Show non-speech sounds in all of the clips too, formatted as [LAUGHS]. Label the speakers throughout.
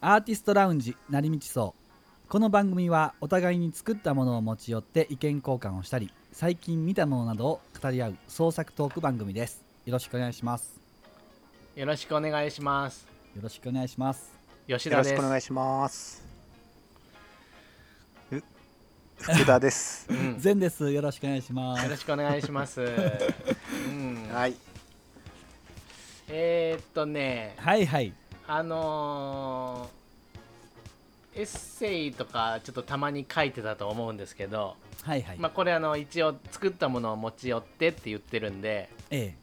Speaker 1: アーティストラウンジ成道荘この番組はお互いに作ったものを持ち寄って意見交換をしたり最近見たものなどを語り合う創作トーク番組ですよろしくお願いします
Speaker 2: よろしくお願いします。
Speaker 1: よろしくお願いします
Speaker 2: 吉
Speaker 3: よ
Speaker 2: 田
Speaker 3: ろ
Speaker 2: で
Speaker 3: し
Speaker 2: す。
Speaker 3: くお願いします。う福
Speaker 2: [LAUGHS]
Speaker 3: 田です。
Speaker 2: うん
Speaker 1: 善ですよろしくお願いします
Speaker 2: よろしくお願い
Speaker 1: [LAUGHS]
Speaker 2: します。うん、
Speaker 3: はい。
Speaker 2: えー、っとね、
Speaker 1: はいはい
Speaker 2: あのーエッセイとかちょっとたまに書いてたと思うんですけど、
Speaker 1: はいはい、
Speaker 2: まあこれあの一応作ったものを持ち寄ってって言ってるんで、
Speaker 1: え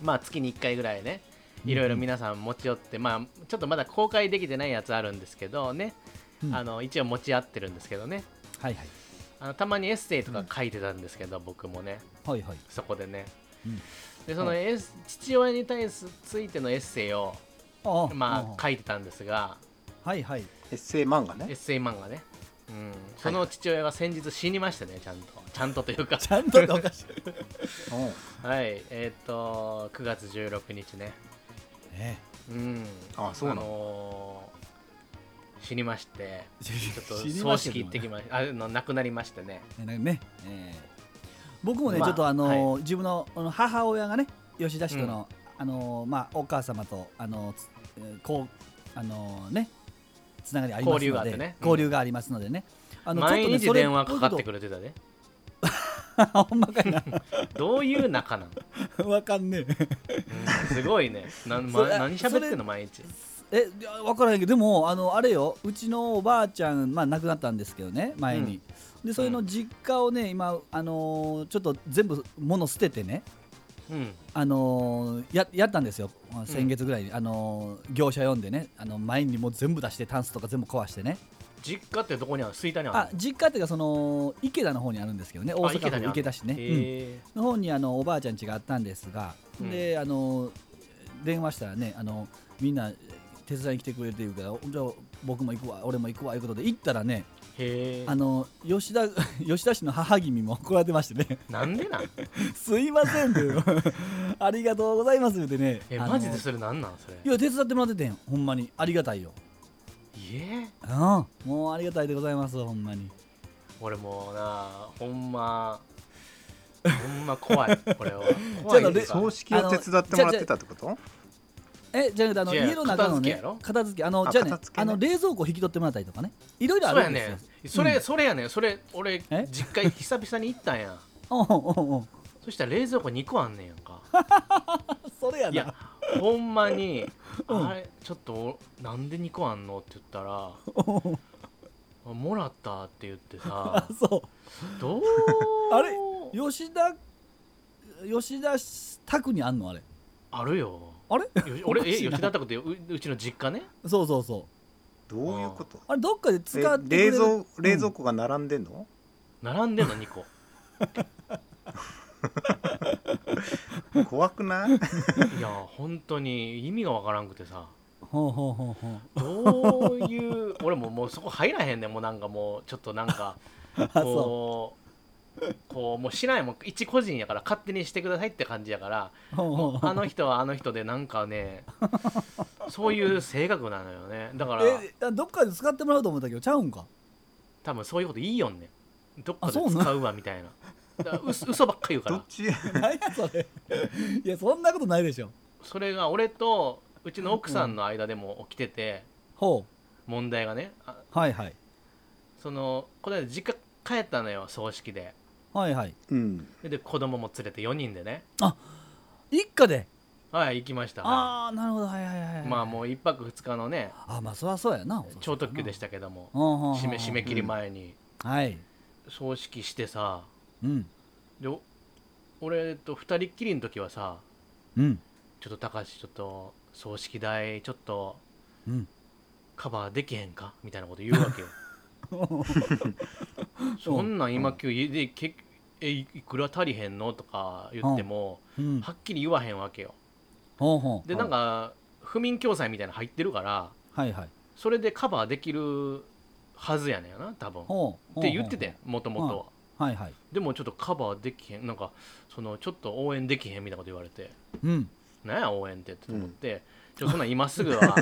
Speaker 2: まあ月に1回ぐらいね。
Speaker 1: うん
Speaker 2: いろいろ皆さん持ち寄って、まあ、ちょっとまだ公開できてないやつあるんですけどね、
Speaker 1: え、うん
Speaker 2: あの一応持ち合ってるんですけどね
Speaker 1: はいはい
Speaker 2: あのたまにエッセイとか書いてたんですけど、僕もね
Speaker 1: はいはい
Speaker 2: そこでね、
Speaker 1: うん
Speaker 2: でそのエッセ父親に対すついてのエッセイを、
Speaker 1: あああ
Speaker 2: まあ、書いてたんですが
Speaker 1: あはいはい
Speaker 3: エッセイ漫画
Speaker 2: エッ
Speaker 3: ね。
Speaker 2: セイ漫画ね、うん、その父親が先日死にましてねちゃんとちゃんとというか
Speaker 1: ちゃんとおかしい、
Speaker 3: う
Speaker 2: [LAUGHS]
Speaker 3: ん
Speaker 2: はいえっ、と9月16日ね
Speaker 1: え
Speaker 2: うん
Speaker 3: あそうなの
Speaker 2: のー死にまして
Speaker 1: え、ち
Speaker 2: ちょっと葬式行ってきましたあの亡くなりましてね
Speaker 1: ねね、えー僕もね、
Speaker 2: まあ
Speaker 1: ちょっとあのー自分のあの母親がね吉田氏との、あのーまあお母様とあのーつえーこうあのーねつながりありますので
Speaker 2: 交流があってねうん
Speaker 1: 交流がありますのでね、あの
Speaker 2: 毎日電話かかってく
Speaker 1: る
Speaker 2: れてたね
Speaker 1: [LAUGHS] ほんまかいな
Speaker 2: どういう仲なの、
Speaker 1: わかんねえ
Speaker 2: うんすごいねな、
Speaker 1: [LAUGHS] そ
Speaker 2: ま、
Speaker 1: れ
Speaker 2: 何喋ってんの毎日
Speaker 1: えいやわからへんけどでもあのあれようちのおばあちゃん、まあ、亡くなったんですけどね前に、でそれの実家をね今あのーちょっと全部物捨ててね
Speaker 2: うん
Speaker 1: あのーややったんですよ先月ぐらいに、あのー業者呼んでねあの前にもう全部出してタンスとか全部壊してね
Speaker 2: 実家ってどこにあるの吹田にあ
Speaker 1: あ
Speaker 2: るの
Speaker 1: 実家っていうかその池田の方にあるんですけどね大
Speaker 2: あ池田
Speaker 1: 阪府
Speaker 2: にある
Speaker 1: 池田市ね、うん
Speaker 2: へ
Speaker 1: の方にあのおばあちゃん家があったんですが、
Speaker 2: うん
Speaker 1: であのー電話したらねあのみんな手伝いに来てくれて言うからじゃあ僕も行くわ俺も行くわいうことで行ったらね
Speaker 2: えへ
Speaker 1: あの吉田 [LAUGHS] 吉田氏の母君も怒られてましてね [LAUGHS]
Speaker 2: えなんでなん
Speaker 1: すいま
Speaker 2: [LAUGHS]
Speaker 1: せんっていうありがとうございますってね
Speaker 2: え
Speaker 1: あのー
Speaker 2: マジでそれなんなんそれ
Speaker 1: いや手伝ってもらっててんほんまにありがたいよ
Speaker 2: いえ
Speaker 1: うんもうありがたいでございますほんまに
Speaker 2: 俺もうなほんまほんま
Speaker 1: [LAUGHS]
Speaker 2: 怖いこれは
Speaker 1: ちょ
Speaker 2: 怖
Speaker 1: っ
Speaker 2: い
Speaker 1: と
Speaker 2: って
Speaker 1: で
Speaker 2: いうか
Speaker 3: 葬式を手伝ってもらってたってこと
Speaker 1: えじゃなくてあの
Speaker 2: じゃあ
Speaker 1: 家の中の
Speaker 2: 片付
Speaker 1: ね
Speaker 2: けやろ
Speaker 1: 片付けあの
Speaker 3: あ
Speaker 1: じゃあね
Speaker 3: 片付
Speaker 1: あ
Speaker 3: けね
Speaker 1: の冷蔵庫引き取ってもらったりとかねいろいろあ
Speaker 2: そう
Speaker 1: る
Speaker 2: や
Speaker 1: んで
Speaker 2: ね
Speaker 1: すよ
Speaker 2: それ、それやねそれ俺
Speaker 1: え
Speaker 2: 実家久々に行ったんや
Speaker 1: うんおうおうおう
Speaker 2: そしたら冷蔵庫2個あんねんやん
Speaker 1: [LAUGHS]
Speaker 2: か
Speaker 1: それや
Speaker 2: い
Speaker 1: な
Speaker 2: やほんまに
Speaker 1: うん
Speaker 2: あれちょっとなんで2個あんのって言ったら
Speaker 1: お [LAUGHS] うおう
Speaker 2: あもらったって言って
Speaker 1: あ
Speaker 2: さ
Speaker 1: [LAUGHS] そ
Speaker 2: どう
Speaker 1: あれう吉田吉田宅にあんのあれ
Speaker 2: あるよ
Speaker 1: あ
Speaker 2: [LAUGHS]
Speaker 1: れ
Speaker 2: よし俺
Speaker 1: おか
Speaker 2: え
Speaker 1: しいな
Speaker 2: 吉田拓ってううちの実家ね
Speaker 1: そうそうそう
Speaker 3: どういうこと
Speaker 1: あれどっかで使
Speaker 3: え
Speaker 1: ってくれ
Speaker 3: 冷
Speaker 1: る
Speaker 3: 蔵冷蔵庫が並んでんの
Speaker 2: 並んでんの2個
Speaker 3: 怖く
Speaker 2: [LAUGHS]
Speaker 3: ない
Speaker 2: いや本当に意味がわからんくてさ
Speaker 1: ほうほうほうほう
Speaker 2: どういう俺ももうそこ入らへんねんもうなんかもうちょっとなんか
Speaker 1: [LAUGHS] あそ
Speaker 2: こうこうもうしないもん一個人やから勝手にしてくださいって感じやから
Speaker 1: うほうほうほう
Speaker 2: あの人はあの人でなんかねそういう性格なのよねだから
Speaker 1: えあどっかで使ってもらうと思ったけどちゃうんか
Speaker 2: 多分そういうこといいよんねんどっか
Speaker 1: あ
Speaker 2: で
Speaker 1: そうなん
Speaker 2: 使うわみたいなだから嘘嘘ばっか言うか
Speaker 3: ど
Speaker 2: ら
Speaker 3: っち
Speaker 1: 何やそれ [LAUGHS] いやそんなことないでしょ
Speaker 2: それが俺とうちの奥さんの間でも起きてて、
Speaker 1: ほ
Speaker 2: 問題がねあ
Speaker 1: うはいはい
Speaker 2: そのこの間実家帰ったのよ葬式で
Speaker 1: はいはい
Speaker 3: うん。
Speaker 2: で子供も連れて4人でね
Speaker 1: 一家で
Speaker 2: はい行きました
Speaker 1: ああなるほどはいはいはいはい
Speaker 2: まあもう1泊2日のね
Speaker 1: あまあそりゃそうやな
Speaker 2: 超特急でしたたけども締
Speaker 1: 締
Speaker 2: め締め切り前に
Speaker 1: はい
Speaker 2: 葬式してさ
Speaker 1: うん
Speaker 2: でお俺と2人っきりの時はさ
Speaker 1: うん
Speaker 2: ちょっと高橋ちょっと葬式代ちょっと
Speaker 1: うん
Speaker 2: カバーできへんかみたいなこと言うわけよ
Speaker 1: [LAUGHS]
Speaker 2: そんなん今急でけえいいくら足りへんのとか言っても
Speaker 1: うん
Speaker 2: はっきり言わへんわけよ
Speaker 1: ほうほう
Speaker 2: でなんか不眠共済みたいなの入ってるから
Speaker 1: はいはい
Speaker 2: それでカバーできるはずやねんな多分っ
Speaker 1: ほう
Speaker 2: て言っててもともとは
Speaker 1: はいはい
Speaker 2: でもちょっとカバーできへんなんかそのちょっと応援できへんみたいなこと言われて
Speaker 1: うん
Speaker 2: なんや応援ってって思って、ちょそんなん今すぐは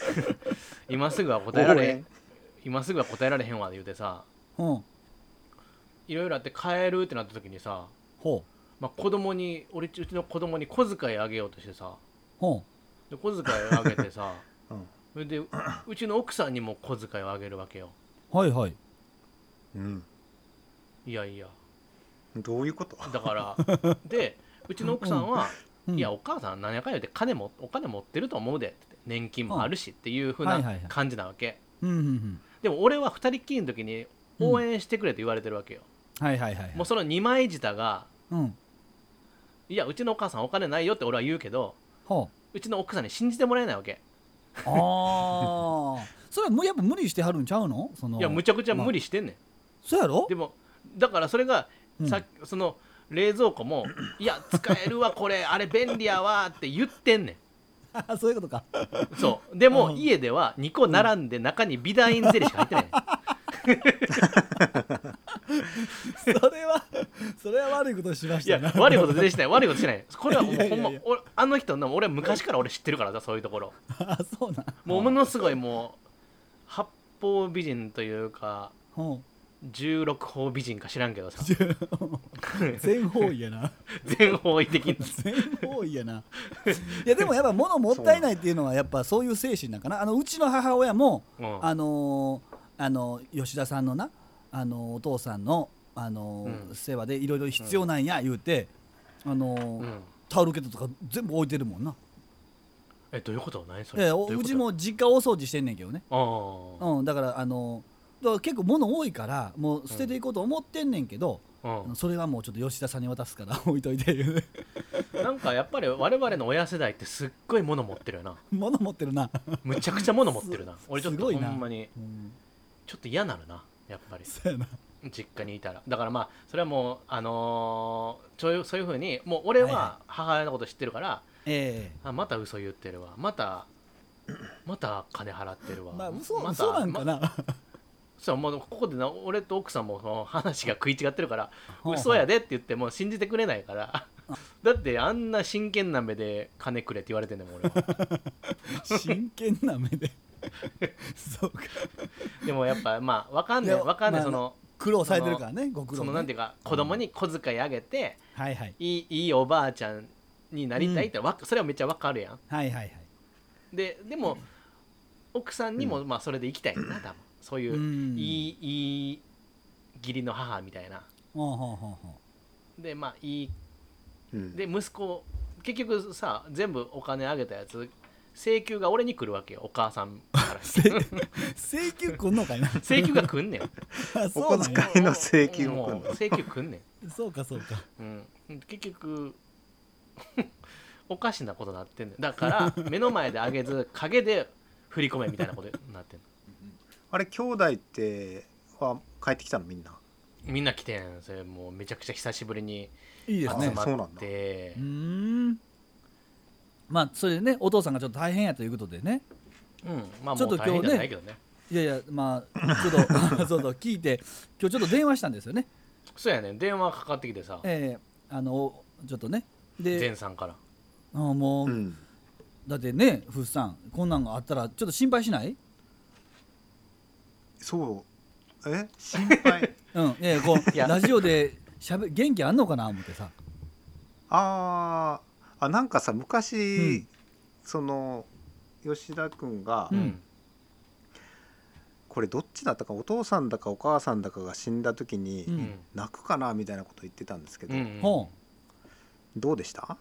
Speaker 1: [LAUGHS]
Speaker 2: 今すぐは答えられへん今すぐは答えられへんわ言うてさ
Speaker 1: うん
Speaker 2: いろいろあって帰るってなった時にさ、
Speaker 1: ほう
Speaker 2: まあ、子供に俺うちの子供に小遣いあげようとしてさ
Speaker 1: ほ
Speaker 2: で小遣いをあげて
Speaker 1: [LAUGHS]
Speaker 2: さ
Speaker 3: うん
Speaker 2: それでううちの奥さんにも小遣いをあげるわけよ
Speaker 1: うはいはい
Speaker 3: うん
Speaker 2: いやいや
Speaker 3: どういうこと
Speaker 2: だから
Speaker 1: [LAUGHS]
Speaker 2: でうちの奥さんは「
Speaker 1: うん
Speaker 2: いやお母さん何やかんや言うて金もお金持ってると思うで」って言って年金もあるしっていう風
Speaker 1: はいはいは
Speaker 2: ない感じなわけ
Speaker 1: うんうんうん
Speaker 2: でも俺は2人っきりの時に応援してくれと言われてるわけよ、
Speaker 1: はいはいはいはい
Speaker 2: もうその二枚舌が
Speaker 1: うん
Speaker 2: 「いやうちのお母さんお金ないよ」って俺は言うけど
Speaker 1: ほう
Speaker 2: うちの奥さんに信じてもらえないわけ [LAUGHS]
Speaker 1: ああそれはもうやっぱ無理してはるんちゃうのその
Speaker 2: いやむちゃくちゃ無理してんねん、
Speaker 1: そうやろ
Speaker 2: でもだからそれが
Speaker 1: うん
Speaker 2: さっきその冷蔵
Speaker 1: [COUGHS]
Speaker 2: 庫も「いや使えるわこれあれ便利やわ」って言ってんねん
Speaker 1: [LAUGHS] あそういうことか
Speaker 2: そうでも
Speaker 1: うん
Speaker 2: 家では2個並んで中にビダインゼリーしか入ってないねん、
Speaker 1: それはそれは [LAUGHS] 悪いことしまし
Speaker 2: いや
Speaker 1: たな
Speaker 2: 悪いこと全然してない悪いことしてないこれはもう
Speaker 1: いやい
Speaker 2: ほ
Speaker 1: やい
Speaker 2: ん
Speaker 1: や
Speaker 2: ま俺あの人の俺は昔から俺知ってるからさそういうところ
Speaker 1: [LAUGHS] あそうなん
Speaker 2: もうものすごいもう八方美人というか
Speaker 1: ほ
Speaker 2: 16方美人か知らんけどさ
Speaker 1: う全方位やな
Speaker 2: 全方位的に
Speaker 1: 全方位や
Speaker 2: [LAUGHS]
Speaker 1: ないやでもやっぱ物もったいないっていうのはやっぱそういう精神なんかなあのうちの母親も
Speaker 2: う
Speaker 1: [LAUGHS]
Speaker 2: ん
Speaker 1: あのーあの吉田さんのなあのお父さんのあのー
Speaker 2: うん
Speaker 1: 世話でいろいろ必要なんや言うて、あのー
Speaker 2: うん
Speaker 1: タオルケットとか全部置いてるもんな
Speaker 2: えどういうこと何それ
Speaker 1: で
Speaker 2: どいこ
Speaker 1: う
Speaker 2: と
Speaker 1: ちも実家大掃除してんねんけどね、
Speaker 2: あー
Speaker 1: うん、だからあのーだから結構物多いからもう捨てていこうと思ってんねんけど、
Speaker 2: うん
Speaker 1: それはもうちょっと吉田さんに渡すから [LAUGHS] 置いといて言う
Speaker 2: なんかやっぱり我々の親世代ってすっごい物持ってるよな
Speaker 1: 物持ってるな、
Speaker 2: むちゃくちゃ物持って
Speaker 1: [LAUGHS]
Speaker 2: るな俺ちょっ
Speaker 1: す
Speaker 2: と
Speaker 1: ご
Speaker 2: ほ
Speaker 1: いなん
Speaker 2: まに
Speaker 1: うん、
Speaker 2: ちょっと嫌なるなやっぱり
Speaker 1: [LAUGHS] そうやな
Speaker 2: 実家にいたらだからまあそれはもうあのーそういうそういうふうにもう俺
Speaker 1: はい
Speaker 2: は
Speaker 1: は
Speaker 2: 母親のこと知ってるから、
Speaker 1: え
Speaker 2: あまた嘘言ってるわまたまた金払ってる
Speaker 1: え
Speaker 2: わ
Speaker 1: まあ嘘,、
Speaker 2: また
Speaker 1: 嘘なんか
Speaker 2: ま
Speaker 1: な、
Speaker 2: そうもうここでな俺と奥さんもその話が食い違ってるから嘘やでって言ってもう信じてくれないからだってあんな真剣な目で金くれって言われてんねんもん俺
Speaker 1: [LAUGHS]
Speaker 2: は
Speaker 1: [LAUGHS] 真剣な目でそうか
Speaker 2: でもやっぱまあわかん
Speaker 1: い
Speaker 2: ない
Speaker 1: や
Speaker 2: わかんない
Speaker 1: まあ
Speaker 2: その
Speaker 1: 苦労されてるからねご苦労
Speaker 2: そ
Speaker 1: ね
Speaker 2: のなんていうか子供に小遣いあげて
Speaker 1: はいはい
Speaker 2: いいいいおばあちゃんになりたいってわかそれはめっちゃわかるやん
Speaker 1: はいはいはい
Speaker 2: ででも奥さんにもまあそれで行きたいな多分そういううんいいいい義理の母みたいな
Speaker 1: ほうほうほうほ
Speaker 2: でまあいい
Speaker 3: うん
Speaker 2: で息子結局さ全部お金あげたやつ請求が俺に来るわけよお母さんから
Speaker 1: う
Speaker 2: し
Speaker 1: せ
Speaker 2: て
Speaker 1: 請求来んのかいな
Speaker 2: 請求が来んねん
Speaker 1: あ
Speaker 3: お
Speaker 1: そうな
Speaker 3: 小
Speaker 1: んや
Speaker 3: 遣いの請求も来
Speaker 2: もう
Speaker 3: る
Speaker 2: 請求来んね
Speaker 1: そうかそうか
Speaker 2: ん、うん、結局おかしなことなってんねんだから目の前であげず陰で振り込めみたいなことになってん
Speaker 3: あれ兄弟っては帰ってきたのみんな
Speaker 2: のみんな来てんそれもうめちゃくちゃ久しぶりに
Speaker 1: いいで
Speaker 2: 集
Speaker 1: す
Speaker 2: ま
Speaker 1: ね
Speaker 3: あそうな
Speaker 2: っ
Speaker 3: んだ
Speaker 2: て
Speaker 1: うーんまあそれでねお父さんがちょっと大変やということでね
Speaker 2: うんまあ
Speaker 1: ち
Speaker 2: も
Speaker 1: ょっと
Speaker 2: う大変
Speaker 1: 今日ね
Speaker 2: じゃないけどね
Speaker 1: いやいやまあちょっと [LAUGHS] そうそう聞いて今日ちょっと電話したんですよね
Speaker 2: そうやねん電話かかってきてさ
Speaker 1: ええあのちょっとねで
Speaker 2: 前さんから
Speaker 1: あもう、
Speaker 3: うん
Speaker 1: だってねふっさんこんなんがあったらちょっと心配しない
Speaker 3: そ
Speaker 2: [LAUGHS]
Speaker 3: うえ心配
Speaker 1: うん、いやいやこう
Speaker 2: いや
Speaker 1: ラジオでしゃべ元気あんのかな思ってさ、
Speaker 3: あーあなんかさ昔、
Speaker 1: うん
Speaker 3: その吉田君が、
Speaker 1: うん
Speaker 3: これどっちだったかお父さんだかお母さんだかが死んだ時に、
Speaker 1: う
Speaker 2: うんん
Speaker 3: 泣くかなみたいなこと言ってたんですけど、
Speaker 2: うん
Speaker 1: ほ
Speaker 3: どうでした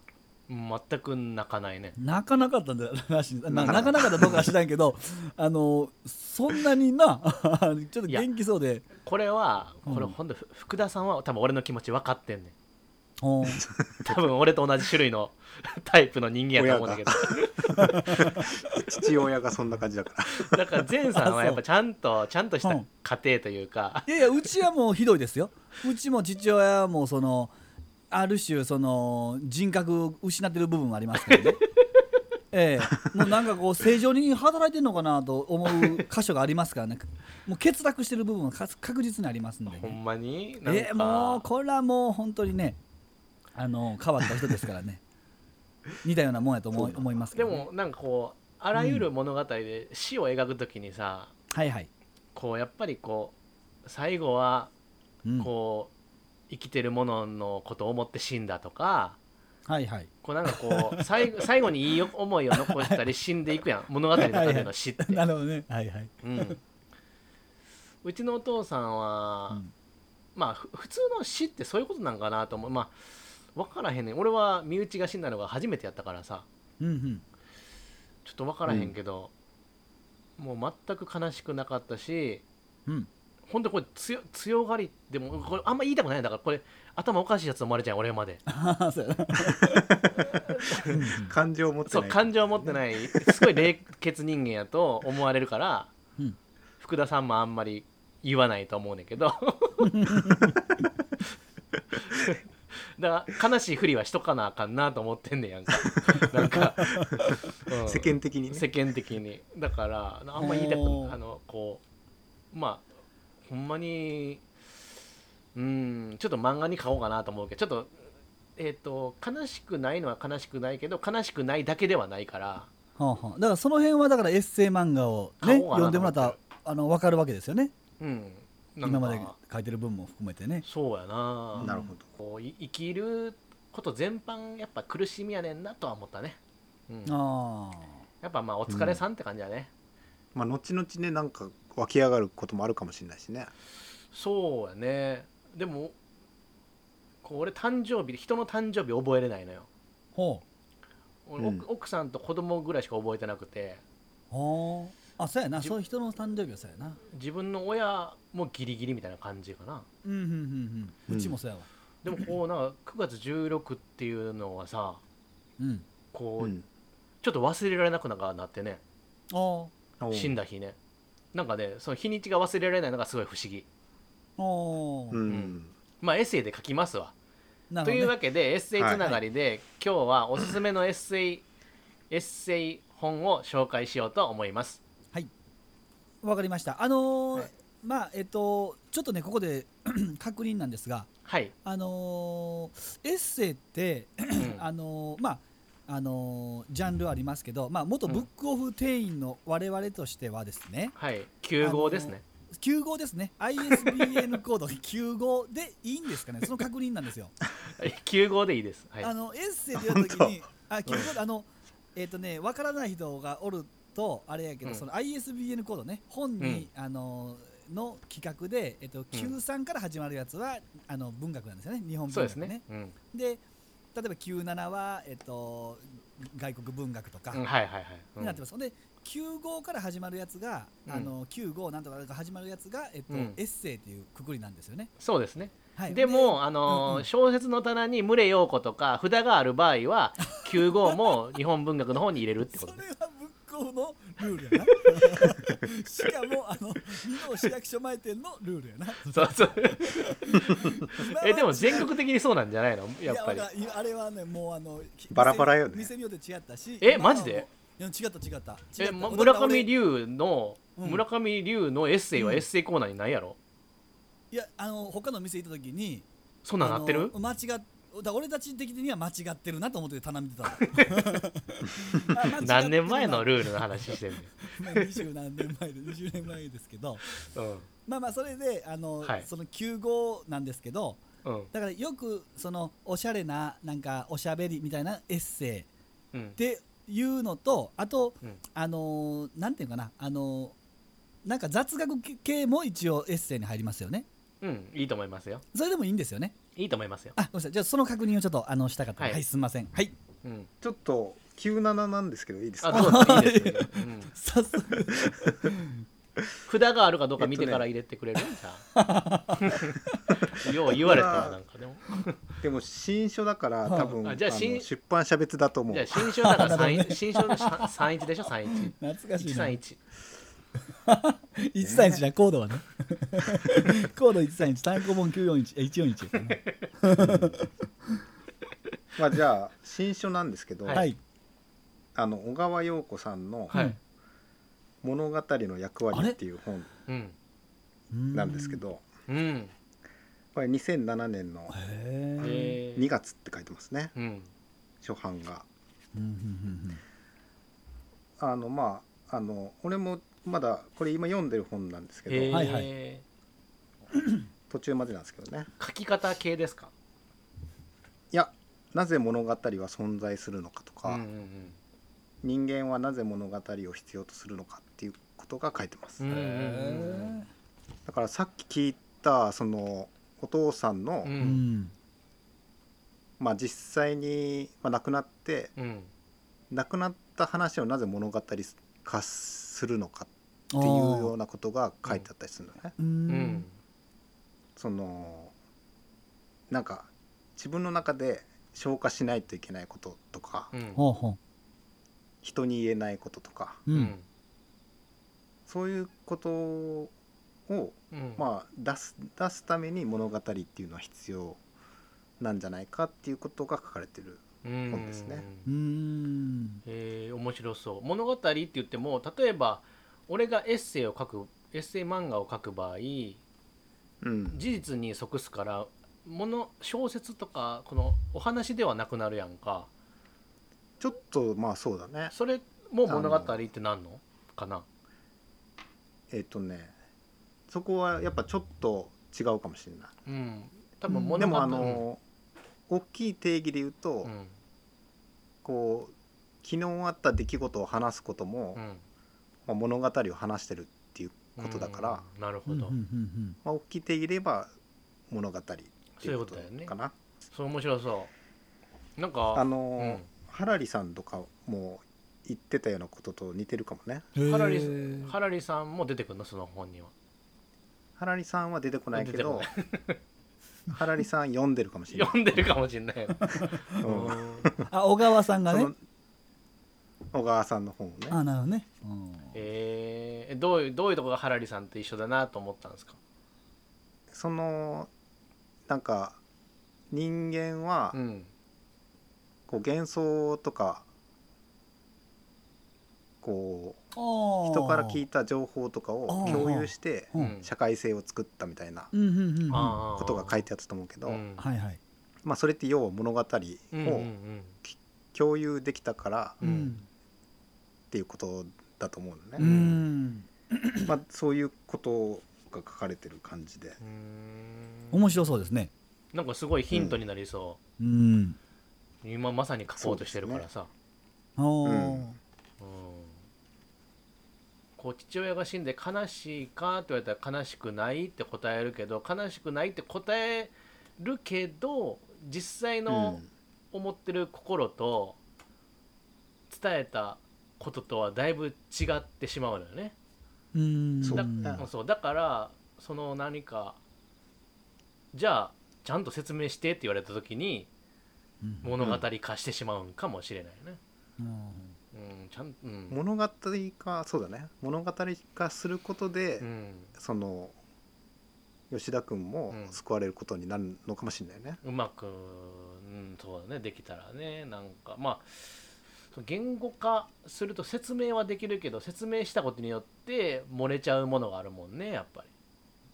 Speaker 2: 全く泣かないね
Speaker 1: う泣かなかったんだらしい、まあ、
Speaker 3: な
Speaker 1: 泣かなかったどうかは知らんけどあのそんなにな [LAUGHS] ちょっと
Speaker 2: いや
Speaker 1: 元気そうで
Speaker 2: これは
Speaker 1: うん
Speaker 2: これほんとふ福田さんは多分俺の気持ち分かってん
Speaker 1: [LAUGHS]
Speaker 2: ねん
Speaker 1: ほう
Speaker 2: 多分俺と同じ種類の [LAUGHS] タイプの人間やと思うんだけど
Speaker 3: 父親がそんな感じだから
Speaker 2: だから前さんはやっぱちゃんとちゃんとした
Speaker 1: うん
Speaker 2: 家庭というか
Speaker 1: いやいやうちはもうひどいですようちも父親はもうそのある種その人格を失ってる部分はありますけど
Speaker 2: [LAUGHS]
Speaker 1: ねええ、もうなんかこう正常に働いてんのかなと思う箇所がありますからねもう欠落してる部分はか確実にありますんでね、
Speaker 2: ほんまになんか [LAUGHS]
Speaker 1: えーもうこれはもう本当にねあの変わった人ですからね似たようなもんやと思い思いますけ
Speaker 2: で
Speaker 1: どね、
Speaker 2: もなんかこうあらゆる物語で死を描くときにさ、
Speaker 1: はいはい、
Speaker 2: こうやっぱりこう最後は
Speaker 1: うん、
Speaker 2: こう生きてるもののことを思って死んだとか
Speaker 1: はいはい
Speaker 2: こうなんかこう [LAUGHS] 最後最後にいい思いを残したり死んでいくやん物語の中での死って、
Speaker 1: なるほどねはいはい、
Speaker 2: うん、うちのお父さんは、
Speaker 1: うん
Speaker 2: まあふ普通の死ってそういうことなんかなと思うまあ分からへんねん俺は身内が死んだのが初めてやったからさ
Speaker 1: うんうん、
Speaker 2: ちょっと分からへんけど、もう全く悲しくなかったし
Speaker 1: うん、 [LAUGHS]
Speaker 2: ほんとこれ強強がりでもこれあんま言いたくないんだからこれ頭おかしいやつと思われちゃう俺まで
Speaker 1: ああそうやなうんうん
Speaker 3: 感情を持って
Speaker 2: そう
Speaker 3: ない
Speaker 2: 感情を持ってないすごい冷血人間やと思われるから、
Speaker 1: うん
Speaker 2: 福田さんもあんまり言わないと思うねんけ
Speaker 3: [LAUGHS]
Speaker 2: どだから悲しいふりはしとかなあかんなと思ってんねんやんかなん
Speaker 3: [LAUGHS]
Speaker 2: か、うん
Speaker 3: 世間的にね
Speaker 2: 世間的にだからあんま言いたく
Speaker 1: おー
Speaker 2: あのこうまあほんまにうんちょっと漫画に買おうかなと思うけどちょっとえっ、と悲しくないのは悲しくないけど悲しくないだけではないから
Speaker 1: はあはあだからその辺はだからエッセイ漫画をね
Speaker 2: 買おうかな
Speaker 1: 読んでもらった
Speaker 2: と思
Speaker 1: らあの分かるわけですよね
Speaker 2: うんなんか
Speaker 1: 今まで書いてる分も含めてね
Speaker 2: そうやな
Speaker 3: なるほど
Speaker 2: こうい生きること全般やっぱ苦しみやねんなとは思ったね、うん、や
Speaker 1: ああ
Speaker 2: っぱまあお疲れさんって感じだね、
Speaker 3: まあ後々ねなんか湧き上がることもあるかもしれないしね
Speaker 2: そうやねでもこう俺誕生日人の誕生日覚えれないのよ
Speaker 1: ほう
Speaker 2: 俺
Speaker 3: うん
Speaker 2: 奥奥さんと子供ぐらいしか覚えてなくて
Speaker 1: ほうあそうやな
Speaker 2: じ
Speaker 1: そういう人の誕生日はそうやな
Speaker 2: 自分の親もギリギリみたいな感じかな
Speaker 1: うんうんうんう
Speaker 3: うんん
Speaker 1: うちもそうやわ
Speaker 2: でもこうなんか9月16っていうのはさ
Speaker 1: うん
Speaker 2: こう、
Speaker 3: うん
Speaker 2: ちょっと忘れられなくなんかなってね
Speaker 1: あ
Speaker 3: おう
Speaker 2: 死んだ日ねなんかねその日にちが忘れられないのがすごい不思議
Speaker 1: あお
Speaker 3: う
Speaker 1: ー
Speaker 3: ん
Speaker 2: まあエッセイで書きますわ
Speaker 1: な
Speaker 2: という
Speaker 1: る
Speaker 2: わけでエッセイつながりで、今日はおすすめのエッセイエッセイ本を紹介しようと思います
Speaker 1: ほどわかりましたあのー
Speaker 2: はい
Speaker 1: まあえっとちょっとねここで [COUGHS] 確認なんですが
Speaker 2: はい、
Speaker 1: あのーエッセイって
Speaker 2: うん
Speaker 1: あのーまああのージャンルはありますけど、まあ、元ブックオフ店員の我々としてはですね、
Speaker 2: はい9号ですね、
Speaker 1: 9号ですね
Speaker 2: [LAUGHS]
Speaker 1: ISBN コード9号でいいんですかねその確認なんですよ、
Speaker 2: [LAUGHS] 9号でいいですはい
Speaker 1: あのエッセイで読むときにあ9号であのえっ、とねわからない人がおるとあれやけど、
Speaker 2: うん
Speaker 1: その ISBN コードね本に、あのの企画で、えっと93から始まるやつは、あの文学なんですよね日本
Speaker 2: そ
Speaker 1: 文
Speaker 2: うです
Speaker 1: 学
Speaker 2: ね
Speaker 1: ね
Speaker 2: うん
Speaker 1: で例えば97は、えっと外国文学とか、
Speaker 2: うん、はいはいはい、うん
Speaker 1: になってます、ほんで9号から始まるやつが、
Speaker 2: うん
Speaker 1: あの9号なんとかなんとか始まるやつが、えっと
Speaker 2: うん
Speaker 1: エッセイっていうくくりなんですよね、
Speaker 2: そうですね、
Speaker 1: はい、
Speaker 2: で
Speaker 1: で
Speaker 2: も、あのー
Speaker 1: うんうん
Speaker 2: 小説の棚に群れよう子とか札がある場合は9号も日本文学の方に入れるって
Speaker 1: そ
Speaker 2: こ
Speaker 1: れ
Speaker 2: とね
Speaker 1: はブックオフのルールやな
Speaker 2: [LAUGHS]
Speaker 1: しかもあの二の市役所前店のルールやな
Speaker 2: そうそう
Speaker 1: 今は
Speaker 2: [LAUGHS] えでも全国的にそうなんじゃないの
Speaker 1: い
Speaker 2: やっぱり
Speaker 1: わからんいあれはねもうあのき
Speaker 3: バラバラよね
Speaker 1: 店によって違ったし
Speaker 2: え
Speaker 1: 今は
Speaker 2: マジで
Speaker 1: もういや違った違った違
Speaker 2: え
Speaker 1: った
Speaker 2: ま
Speaker 1: 俺
Speaker 2: 村上龍の、
Speaker 1: うん
Speaker 2: 村上龍のエッセイは
Speaker 1: うん
Speaker 2: エッセイコーナーにないやろ、
Speaker 1: いやあの他の店行った時に
Speaker 2: そんなんなってる
Speaker 1: あの間違っだ俺たち的には間違ってるなと思って頼ん
Speaker 2: [LAUGHS]
Speaker 1: でたのあ間違ってるな
Speaker 2: 何年前のルールの話してんねん、
Speaker 1: まあ20何年前で20年前ですけど
Speaker 2: うん
Speaker 1: まあまあそれであの、
Speaker 2: はい
Speaker 1: その9号なんですけど
Speaker 2: うん
Speaker 1: だからよくそのおしゃれななんかおしゃべりみたいなエッセイっ
Speaker 2: うん、
Speaker 1: ていうのとあと、
Speaker 2: うん
Speaker 1: あのーなんていうかなあのーなんか雑学系も一応エッセイに入りますよね
Speaker 2: うん、いいと思いますよ
Speaker 1: それでもいいんですよね
Speaker 2: いいと思いますよ、
Speaker 1: あごめんなさいじゃあその確認をちょっとあのしたかった
Speaker 2: はい
Speaker 1: はい、すみませんはい
Speaker 2: うん、
Speaker 3: ちょっと97なんですけどいい [LAUGHS] です
Speaker 2: あ
Speaker 3: か
Speaker 2: どうぞいいですよ、うん
Speaker 1: 早速
Speaker 2: 札があるかどうか見てから入れてくれるんじゃんよう言われたわなんかでも
Speaker 3: でも新書だから
Speaker 1: はい
Speaker 3: 多分
Speaker 2: あじゃあ
Speaker 3: あの
Speaker 2: 新
Speaker 3: 出版社別だと思
Speaker 2: じゃあ
Speaker 3: う
Speaker 2: 新書だから三新書31でしょ31131
Speaker 1: 懐かしいな
Speaker 2: 131
Speaker 1: 131じゃコードはねコード131単行本941え141やからね
Speaker 3: [LAUGHS] まあじゃあ新書なんですけど
Speaker 2: はい
Speaker 3: あの小川陽子さんの
Speaker 2: はい
Speaker 1: うん
Speaker 3: 「物語の役割」っていう本
Speaker 2: うん
Speaker 3: なんですけ。ど
Speaker 2: うん
Speaker 3: これ2007年の
Speaker 1: へえ。
Speaker 2: え
Speaker 3: 2月って書いてますね
Speaker 2: うん
Speaker 3: 初版が
Speaker 1: うんうんうん
Speaker 3: あのまああの俺もまだこれ今読んでる本なんですけど、
Speaker 2: えー
Speaker 1: はいは
Speaker 3: 途中までなんですけどね
Speaker 2: 書き方系ですか
Speaker 3: いやなぜ物語は存在するのかとか、
Speaker 2: うんうん
Speaker 3: 人間はなぜ物語を必要とするのかっていうことが書いてます、
Speaker 2: うんうん
Speaker 1: うんへ
Speaker 3: だからさっき聞いたそのお父さん
Speaker 2: うんう
Speaker 3: の、
Speaker 1: ーうんん
Speaker 3: まあ、実際に、まあ、亡くなって
Speaker 2: うん
Speaker 3: 亡くなった話をなぜ物語化するのかっていうようなことが書いてあったりするのね。
Speaker 1: う
Speaker 2: うんん
Speaker 3: そのなんか自分の中で消化しないといけないこととか、
Speaker 2: うん
Speaker 1: ほうほ
Speaker 3: 人に言えないこととか
Speaker 1: う
Speaker 2: う
Speaker 1: うん
Speaker 2: ん
Speaker 3: そういうことを、
Speaker 2: うん
Speaker 3: まあ、出す出すために物語っていうのは必要なんじゃないかっていうことが書かれてる。本ですね
Speaker 2: うん
Speaker 1: うん
Speaker 2: えー面白そう物語って言っても例えば俺がエッセイを書くエッセイ漫画を書く場合事
Speaker 3: うん
Speaker 2: 実に即すから物小説とかこのお話ではなくなるやんか
Speaker 3: ちょっとまあそうだね
Speaker 2: それも物語ってなんのかな
Speaker 3: えっ、とねそこはやっぱちょっと違うかもしれない。
Speaker 2: うん多分
Speaker 1: うん
Speaker 2: 物
Speaker 3: で
Speaker 2: 語
Speaker 3: もあの、大きい定義で言うと、
Speaker 2: うん
Speaker 3: こう昨日あった出来事を話すことも、
Speaker 2: うん
Speaker 3: まあ、物語を話してるっていうことだから、
Speaker 2: うんなる
Speaker 1: う
Speaker 2: ほ
Speaker 1: ん
Speaker 2: ど、
Speaker 1: うんうん
Speaker 3: まあ、大きていれば物語って
Speaker 2: そう
Speaker 3: い
Speaker 2: いう
Speaker 3: う
Speaker 2: こ
Speaker 3: ことと
Speaker 2: だよね
Speaker 3: かな。
Speaker 2: そう面白そうなん
Speaker 3: あ
Speaker 2: か
Speaker 3: のー
Speaker 2: うん
Speaker 3: ハラリさんとかも言ってたようなことと似てるかもね。
Speaker 1: うん
Speaker 2: ハラ
Speaker 1: へ
Speaker 2: リ
Speaker 1: ー
Speaker 2: ハラリさんも出てくるのその本には
Speaker 3: ハラリさんは出てこないけど
Speaker 2: 出
Speaker 3: [LAUGHS] ハラリさん読んでるかもしれない。
Speaker 2: [LAUGHS] 読んでるかもしれないよ、
Speaker 3: [LAUGHS] うん
Speaker 1: あ小川さんが
Speaker 3: そ
Speaker 1: ね
Speaker 3: の小川さんの本をね。
Speaker 1: あなるほどねうん
Speaker 2: えーえどういうどういうとこがハラリさんと一緒だなと思ったんですか
Speaker 3: そのなんか人間は
Speaker 2: うん
Speaker 3: こう幻想とかこう人
Speaker 1: 人
Speaker 3: から聞いた情報とかを共有して
Speaker 1: うん
Speaker 2: うん
Speaker 3: 社会性を作ったみたいな
Speaker 1: うんうんうんうんは
Speaker 2: あー
Speaker 3: ことが書いてあったと思うけど、
Speaker 2: うん
Speaker 1: いはい
Speaker 3: まあ、それって要は物語
Speaker 2: うんうんう
Speaker 3: を
Speaker 2: ん
Speaker 3: 共有できたから
Speaker 2: う
Speaker 1: うんん
Speaker 3: っていうことだと思うの
Speaker 1: う
Speaker 3: ね、
Speaker 1: ん
Speaker 3: まあ、そういうことが書かれてる感じで
Speaker 2: うーん
Speaker 1: 面白そうですね
Speaker 2: なんかすごいヒントになりそ
Speaker 1: うん
Speaker 2: う、今まさに書こうとしてるからさ
Speaker 1: お
Speaker 3: う
Speaker 1: ー
Speaker 3: ん
Speaker 2: うんこう父親が死んで悲しいかって言われたら悲しくないって答えるけど悲しくないって答えるけど実際の思ってる心と伝えたこととはだいぶ違ってしまうのよね。
Speaker 1: うん
Speaker 3: そう
Speaker 2: だ
Speaker 3: だ
Speaker 2: うんそうだからその何かじゃあちゃんと説明してって言われた時に
Speaker 1: うん
Speaker 2: 物語化してしまうんかもしれないね。
Speaker 1: うん
Speaker 2: うん、ちゃんう
Speaker 3: う
Speaker 2: ん、
Speaker 3: ん物語化そうだね物語化することで、
Speaker 2: うん、
Speaker 3: その吉田君も
Speaker 2: うん
Speaker 3: 救われることになるのかもしれないね。
Speaker 2: うまく、うん、そうだねできたらねなんかまあそう言語化すると説明はできるけど説明したことによって漏れちゃうものがあるもんねやっぱ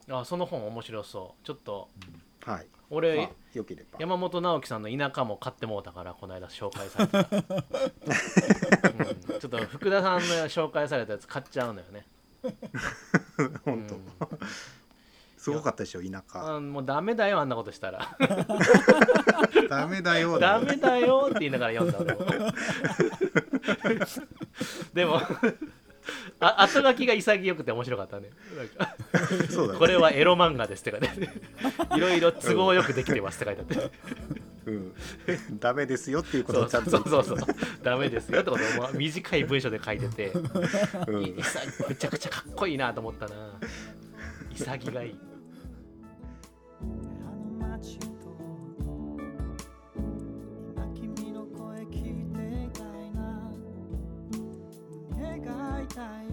Speaker 2: り。あその本面白そうちょっと
Speaker 3: はい、
Speaker 2: 俺、
Speaker 3: まあ、よければ
Speaker 2: 山本直樹さんの田舎も買ってもうたからこの間紹介されてた、
Speaker 3: [LAUGHS]
Speaker 2: うんちょっと福田さんの紹介されたやつ買っちゃうのよね
Speaker 3: 本当、
Speaker 2: うん
Speaker 3: すごかったでしょ田舎
Speaker 2: あもうダメだよあんなことしたら
Speaker 3: ダメだよ
Speaker 2: ダメだよって言いながら読んだの
Speaker 3: [LAUGHS]
Speaker 2: でもあ後書きが潔くて面白かったねなんか
Speaker 3: そうだね
Speaker 2: これはエロ漫画ですって書いてあ
Speaker 3: [LAUGHS]
Speaker 2: っていろいろ都合よくできてますって書いてあって [LAUGHS]
Speaker 3: うん、ダメですよっていうこ
Speaker 2: そ
Speaker 3: とを
Speaker 2: う
Speaker 3: ちゃんと
Speaker 2: そうそうそうダメですよってことをまあ短い文章で書いてて
Speaker 3: うん
Speaker 2: いさめちゃくちゃかっこいいなと思ったな潔がいい
Speaker 4: あの街と今君の声聞いていたいな胸が痛い